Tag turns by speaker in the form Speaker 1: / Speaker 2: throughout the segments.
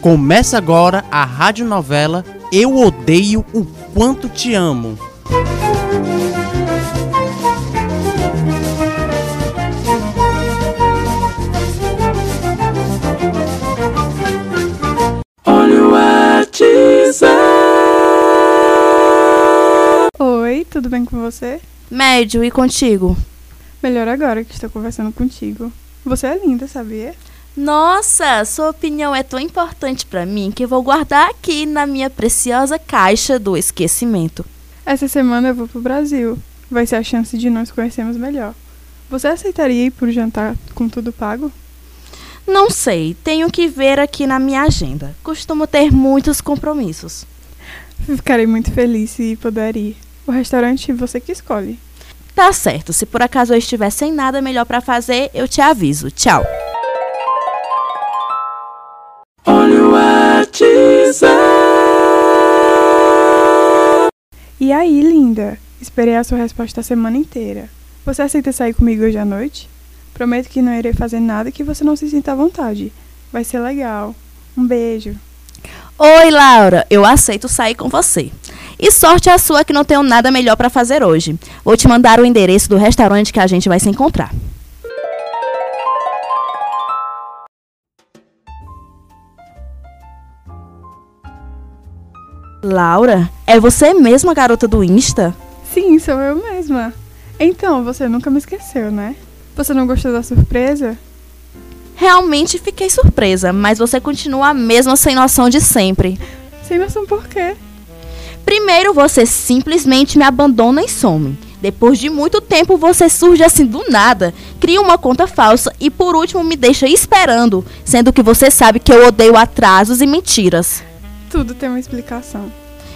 Speaker 1: Começa agora a radionovela Eu Odeio o Quanto Te Amo.
Speaker 2: Olha o
Speaker 3: Oi, tudo bem com você?
Speaker 4: Médio, e contigo?
Speaker 3: Melhor agora que estou conversando contigo. Você é linda, sabia?
Speaker 4: Nossa, sua opinião é tão importante pra mim que eu vou guardar aqui na minha preciosa caixa do esquecimento.
Speaker 3: Essa semana eu vou pro Brasil. Vai ser a chance de nós conhecermos melhor. Você aceitaria ir pro jantar com tudo pago?
Speaker 4: Não sei, tenho que ver aqui na minha agenda. Costumo ter muitos compromissos.
Speaker 3: Ficarei muito feliz se puder ir. O restaurante você que escolhe.
Speaker 4: Tá certo, se por acaso eu estiver sem nada melhor pra fazer, eu te aviso. Tchau.
Speaker 3: E aí, linda? Esperei a sua resposta a semana inteira. Você aceita sair comigo hoje à noite? Prometo que não irei fazer nada que você não se sinta à vontade. Vai ser legal. Um beijo.
Speaker 4: Oi, Laura, eu aceito sair com você. E sorte é a sua que não tenho nada melhor pra fazer hoje. Vou te mandar o endereço do restaurante que a gente vai se encontrar. Laura, é você mesma a garota do Insta?
Speaker 3: Sim, sou eu mesma. Então, você nunca me esqueceu, né? Você não gostou da surpresa?
Speaker 4: Realmente fiquei surpresa, mas você continua a mesma sem noção de sempre.
Speaker 3: Sem noção por quê?
Speaker 4: Primeiro você simplesmente me abandona e some. Depois de muito tempo você surge assim do nada, cria uma conta falsa e por último me deixa esperando, sendo que você sabe que eu odeio atrasos e mentiras.
Speaker 3: Tudo tem uma explicação.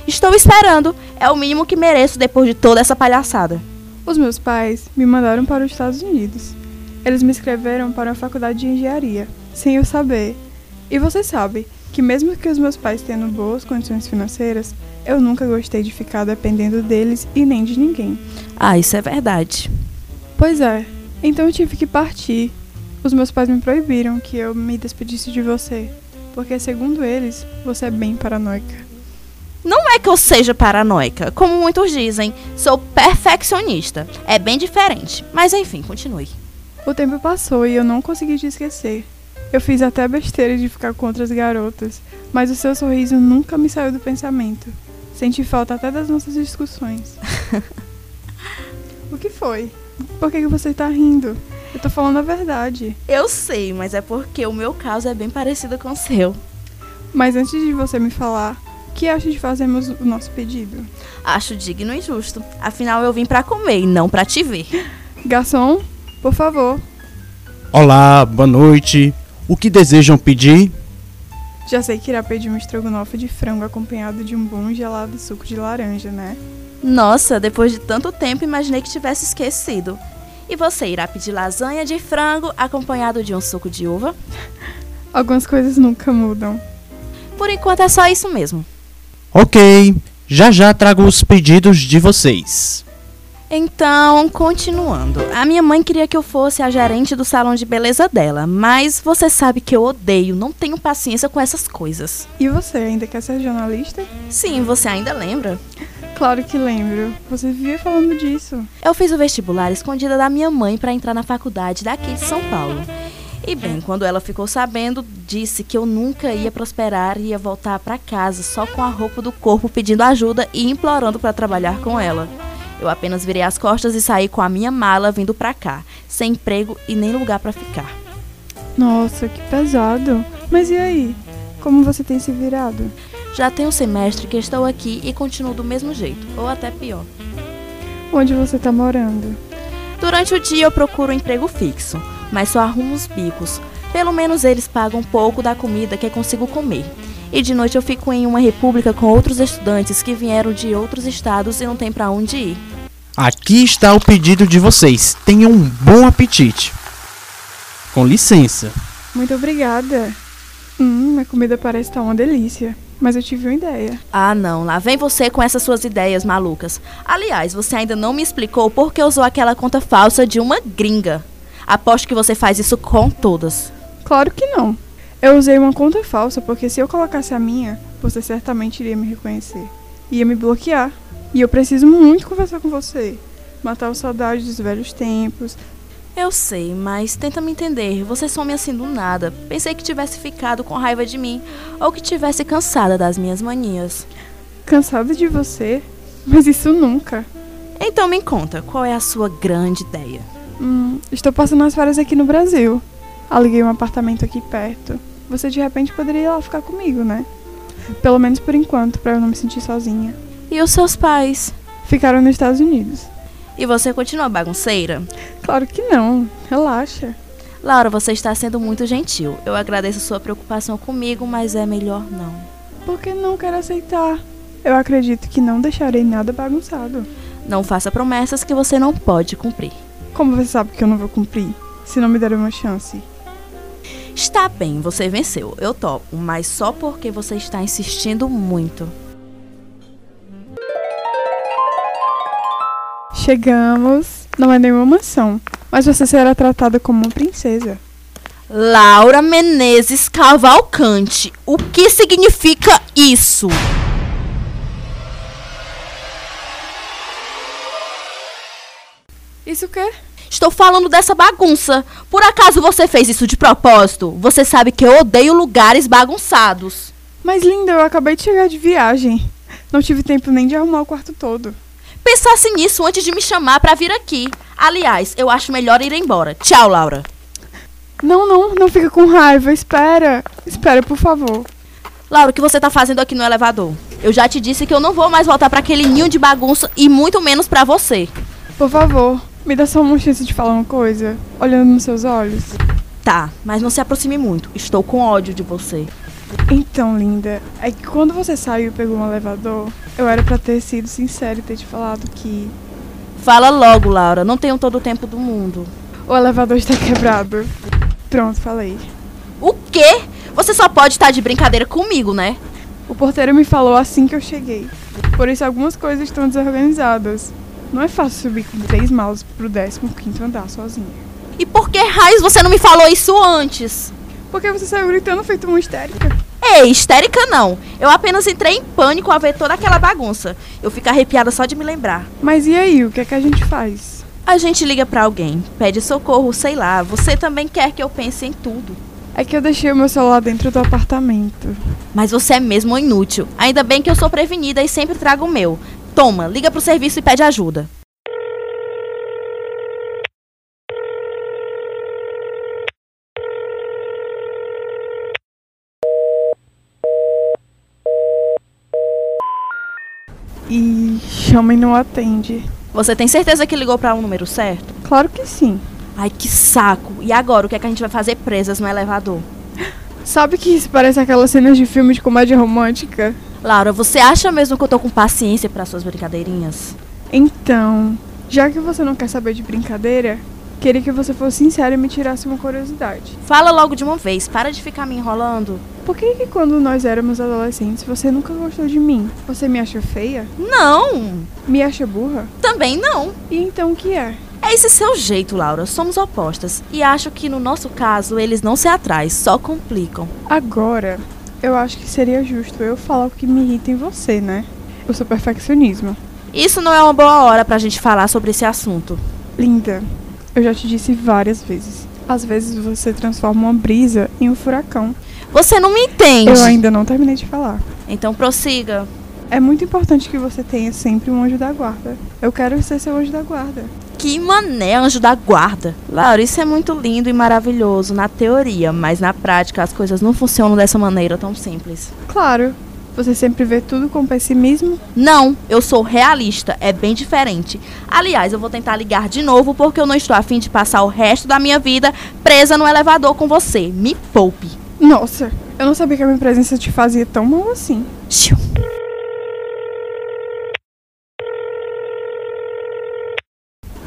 Speaker 4: Estou esperando, é o mínimo que mereço depois de toda essa palhaçada.
Speaker 3: Os meus pais me mandaram para os Estados Unidos. Eles me escreveram para a faculdade de engenharia, sem eu saber. E você sabe que mesmo que os meus pais tendo boas condições financeiras, eu nunca gostei de ficar dependendo deles e nem de ninguém.
Speaker 4: Ah, isso é verdade.
Speaker 3: Pois é, então eu tive que partir. Os meus pais me proibiram que eu me despedisse de você, porque segundo eles, você é bem paranoica.
Speaker 4: Não é que eu seja paranoica, como muitos dizem, sou perfeccionista. É bem diferente, mas enfim, continue.
Speaker 3: O tempo passou e eu não consegui te esquecer. Eu fiz até a besteira de ficar com outras garotas, mas o seu sorriso nunca me saiu do pensamento. Senti falta até das nossas discussões. o que foi? Por que, que você tá rindo? Eu tô falando a verdade.
Speaker 4: Eu sei, mas é porque o meu caso é bem parecido com o seu.
Speaker 3: Mas antes de você me falar, que acha de fazermos o nosso pedido?
Speaker 4: Acho digno e justo. Afinal, eu vim pra comer e não pra te ver.
Speaker 3: Garçom, por favor,
Speaker 1: Olá, boa noite. O que desejam pedir?
Speaker 3: já sei que irá pedir um estrogonofe de frango acompanhado de um bom e gelado suco de laranja, né?
Speaker 4: Nossa, depois de tanto tempo imaginei que tivesse esquecido. E você irá pedir lasanha de frango acompanhado de um suco de uva?
Speaker 3: Algumas coisas nunca mudam.
Speaker 4: Por enquanto é só isso mesmo.
Speaker 1: Ok, já já trago os pedidos de vocês.
Speaker 4: Então, continuando. A minha mãe queria que eu fosse a gerente do salão de beleza dela, mas você sabe que eu odeio, não tenho paciência com essas coisas.
Speaker 3: E você ainda quer ser jornalista?
Speaker 4: Sim, você ainda lembra?
Speaker 3: Claro que lembro. Você vivia falando disso.
Speaker 4: Eu fiz o vestibular escondida da minha mãe para entrar na faculdade daqui de São Paulo. E bem, quando ela ficou sabendo, disse que eu nunca ia prosperar e ia voltar para casa só com a roupa do corpo pedindo ajuda e implorando para trabalhar com ela. Eu apenas virei as costas e saí com a minha mala vindo pra cá, sem emprego e nem lugar para ficar.
Speaker 3: Nossa, que pesado. Mas e aí? Como você tem se virado?
Speaker 4: Já tem um semestre que estou aqui e continuo do mesmo jeito, ou até pior.
Speaker 3: Onde você tá morando?
Speaker 4: Durante o dia eu procuro um emprego fixo, mas só arrumo os bicos. Pelo menos eles pagam um pouco da comida que consigo comer. E de noite eu fico em uma república com outros estudantes que vieram de outros estados e não tem pra onde ir.
Speaker 1: Aqui está o pedido de vocês. Tenham um bom apetite. Com licença.
Speaker 3: Muito obrigada. Hum, a comida parece estar uma delícia. Mas eu tive uma ideia.
Speaker 4: Ah não, lá vem você com essas suas ideias malucas. Aliás, você ainda não me explicou por que usou aquela conta falsa de uma gringa. Aposto que você faz isso com todas.
Speaker 3: Claro que não. Eu usei uma conta falsa porque se eu colocasse a minha, você certamente iria me reconhecer. Ia me bloquear. E eu preciso muito conversar com você. Matar a saudade dos velhos tempos.
Speaker 4: Eu sei, mas tenta me entender. Você some assim do nada. Pensei que tivesse ficado com raiva de mim ou que tivesse cansada das minhas manias.
Speaker 3: Cansada de você? Mas isso nunca.
Speaker 4: Então me conta, qual é a sua grande ideia?
Speaker 3: Hum, estou passando as férias aqui no Brasil. Aluguei um apartamento aqui perto. Você de repente poderia ir lá ficar comigo, né? Pelo menos por enquanto, para eu não me sentir sozinha.
Speaker 4: E os seus pais?
Speaker 3: Ficaram nos Estados Unidos.
Speaker 4: E você continua bagunceira?
Speaker 3: Claro que não. Relaxa.
Speaker 4: Laura, você está sendo muito gentil. Eu agradeço sua preocupação comigo, mas é melhor não.
Speaker 3: Porque não quero aceitar. Eu acredito que não deixarei nada bagunçado.
Speaker 4: Não faça promessas que você não pode cumprir.
Speaker 3: Como você sabe que eu não vou cumprir? Se não me der uma chance.
Speaker 4: Está bem, você venceu. Eu topo, mas só porque você está insistindo muito.
Speaker 3: Chegamos. Não é nenhuma mansão, mas você será tratada como uma princesa.
Speaker 4: Laura Menezes Cavalcante. O que significa isso?
Speaker 3: Isso o quê?
Speaker 4: Estou falando dessa bagunça. Por acaso você fez isso de propósito? Você sabe que eu odeio lugares bagunçados.
Speaker 3: Mas linda, eu acabei de chegar de viagem. Não tive tempo nem de arrumar o quarto todo.
Speaker 4: Pensasse assim nisso antes de me chamar para vir aqui. Aliás, eu acho melhor ir embora. Tchau, Laura.
Speaker 3: Não, não, não fica com raiva. Espera. Espera, por favor.
Speaker 4: Laura, o que você tá fazendo aqui no elevador? Eu já te disse que eu não vou mais voltar para aquele ninho de bagunça e muito menos para você.
Speaker 3: Por favor, me dá só uma chance de falar uma coisa, olhando nos seus olhos.
Speaker 4: Tá, mas não se aproxime muito. Estou com ódio de você.
Speaker 3: Então, linda, é que quando você saiu e pegou um elevador, eu era pra ter sido sincera e ter te falado que
Speaker 4: Fala logo, Laura. Não tenho todo o tempo do mundo.
Speaker 3: o elevador está quebrado. Pronto, falei.
Speaker 4: O quê? Você só pode estar de brincadeira comigo, né?
Speaker 3: O porteiro me falou assim que eu cheguei. Por isso algumas coisas estão desorganizadas. Não é fácil subir com três malas pro 15 andar sozinha.
Speaker 4: E por que raios você não me falou isso antes?
Speaker 3: Porque você saiu gritando feito uma histérica.
Speaker 4: Ei, histérica não. Eu apenas entrei em pânico ao ver toda aquela bagunça. Eu fico arrepiada só de me lembrar.
Speaker 3: Mas e aí, o que é que a gente faz?
Speaker 4: A gente liga pra alguém, pede socorro, sei lá. Você também quer que eu pense em tudo.
Speaker 3: É que eu deixei o meu celular dentro do apartamento.
Speaker 4: Mas você é mesmo inútil. Ainda bem que eu sou prevenida e sempre trago o meu. Toma, liga pro serviço e pede ajuda.
Speaker 3: E chama e não atende.
Speaker 4: Você tem certeza que ligou pra um número certo?
Speaker 3: Claro que sim.
Speaker 4: Ai, que saco. E agora, o que é que a gente vai fazer presas no elevador?
Speaker 3: Sabe que isso parece aquelas cenas de filme de comédia romântica?
Speaker 4: Laura, você acha mesmo que eu tô com paciência para suas brincadeirinhas?
Speaker 3: Então, já que você não quer saber de brincadeira, queria que você fosse sincera e me tirasse uma curiosidade.
Speaker 4: Fala logo de uma vez, para de ficar me enrolando.
Speaker 3: Por que, que quando nós éramos adolescentes você nunca gostou de mim? Você me acha feia?
Speaker 4: Não!
Speaker 3: Me acha burra?
Speaker 4: Também não!
Speaker 3: E então o que é?
Speaker 4: É esse seu jeito, Laura. Somos opostas. E acho que no nosso caso eles não se atraem, só complicam.
Speaker 3: Agora, eu acho que seria justo eu falar o que me irrita em você, né? O seu perfeccionismo.
Speaker 4: Isso não é uma boa hora pra gente falar sobre esse assunto.
Speaker 3: Linda, eu já te disse várias vezes. Às vezes você transforma uma brisa em um furacão.
Speaker 4: Você não me entende.
Speaker 3: Eu ainda não terminei de falar.
Speaker 4: Então prossiga.
Speaker 3: É muito importante que você tenha sempre um anjo da guarda. Eu quero ser seu anjo da guarda.
Speaker 4: Que mané, anjo da guarda. Laura, isso é muito lindo e maravilhoso na teoria, mas na prática as coisas não funcionam dessa maneira tão simples.
Speaker 3: Claro, você sempre vê tudo com pessimismo.
Speaker 4: Não, eu sou realista, é bem diferente. Aliás, eu vou tentar ligar de novo porque eu não estou afim de passar o resto da minha vida presa no elevador com você. Me poupe.
Speaker 3: Nossa, eu não sabia que a minha presença te fazia tão mal assim.
Speaker 4: Tchiu.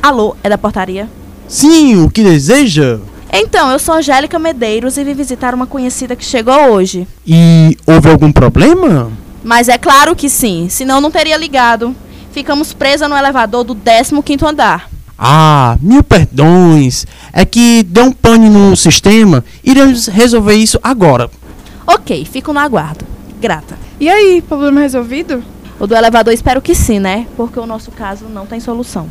Speaker 4: Alô, é da portaria?
Speaker 1: Sim, o que deseja?
Speaker 4: Então, eu sou Angélica Medeiros e vim visitar uma conhecida que chegou hoje.
Speaker 1: E houve algum problema?
Speaker 4: Mas é claro que sim, senão não teria ligado. Ficamos presa no elevador do 15º andar.
Speaker 1: Ah, mil perdões. É que deu um pane no sistema. Iremos resolver isso agora.
Speaker 4: Ok, fico no aguardo. Grata.
Speaker 3: E aí, problema resolvido?
Speaker 4: O do elevador espero que sim, né? Porque o nosso caso não tem solução.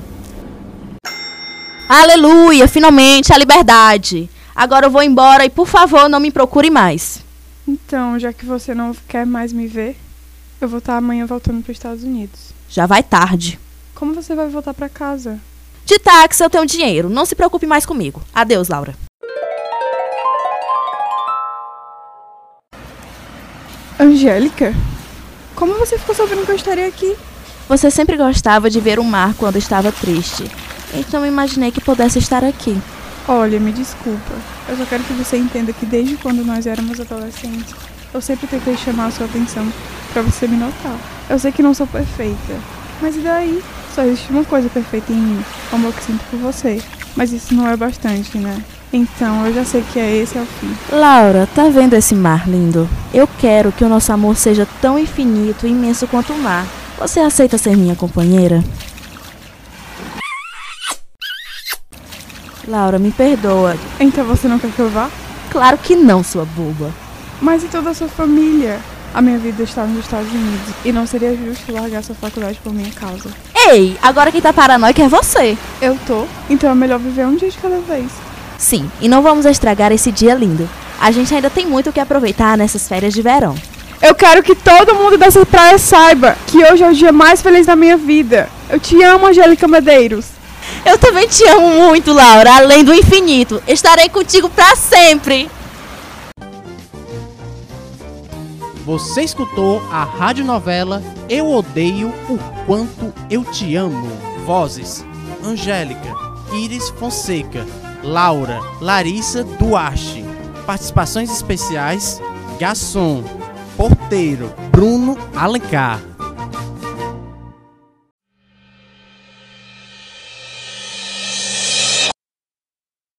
Speaker 4: Aleluia! Finalmente a liberdade! Agora eu vou embora e, por favor, não me procure mais.
Speaker 3: Então, já que você não quer mais me ver, eu vou estar amanhã voltando para os Estados Unidos.
Speaker 4: Já vai tarde.
Speaker 3: Como você vai voltar para casa?
Speaker 4: De táxi eu tenho dinheiro. Não se preocupe mais comigo. Adeus, Laura.
Speaker 3: Angélica? Como você ficou sabendo que eu estaria aqui?
Speaker 4: Você sempre gostava de ver o mar quando estava triste. Então eu imaginei que pudesse estar aqui.
Speaker 3: Olha, me desculpa. Eu só quero que você entenda que desde quando nós éramos adolescentes, eu sempre tentei chamar a sua atenção para você me notar. Eu sei que não sou perfeita, mas e daí? Só existe uma coisa perfeita em mim, o amor que sinto por você. Mas isso não é bastante, né? Então, eu já sei que é esse é o fim.
Speaker 4: Laura, tá vendo esse mar lindo? Eu quero que o nosso amor seja tão infinito e imenso quanto o mar. Você aceita ser minha companheira? Laura, me perdoa.
Speaker 3: Então você não quer que eu vá?
Speaker 4: Claro que não, sua boba.
Speaker 3: Mas e toda a sua família? A minha vida está nos Estados Unidos e não seria justo largar sua faculdade por minha causa.
Speaker 4: Ei, agora quem tá paranoico é você.
Speaker 3: Eu tô, então é melhor viver um dia de cada vez.
Speaker 4: Sim, e não vamos estragar esse dia lindo. A gente ainda tem muito o que aproveitar nessas férias de verão.
Speaker 3: Eu quero que todo mundo dessa praia saiba que hoje é o dia mais feliz da minha vida. Eu te amo, Angélica Medeiros.
Speaker 4: Eu também te amo muito, Laura, além do infinito. Estarei contigo para sempre.
Speaker 1: Você escutou a radionovela Eu Odeio o Quanto Eu Te Amo. Vozes: Angélica, Iris Fonseca, Laura, Larissa Duarte. Participações especiais: Garçom, Porteiro, Bruno Alencar.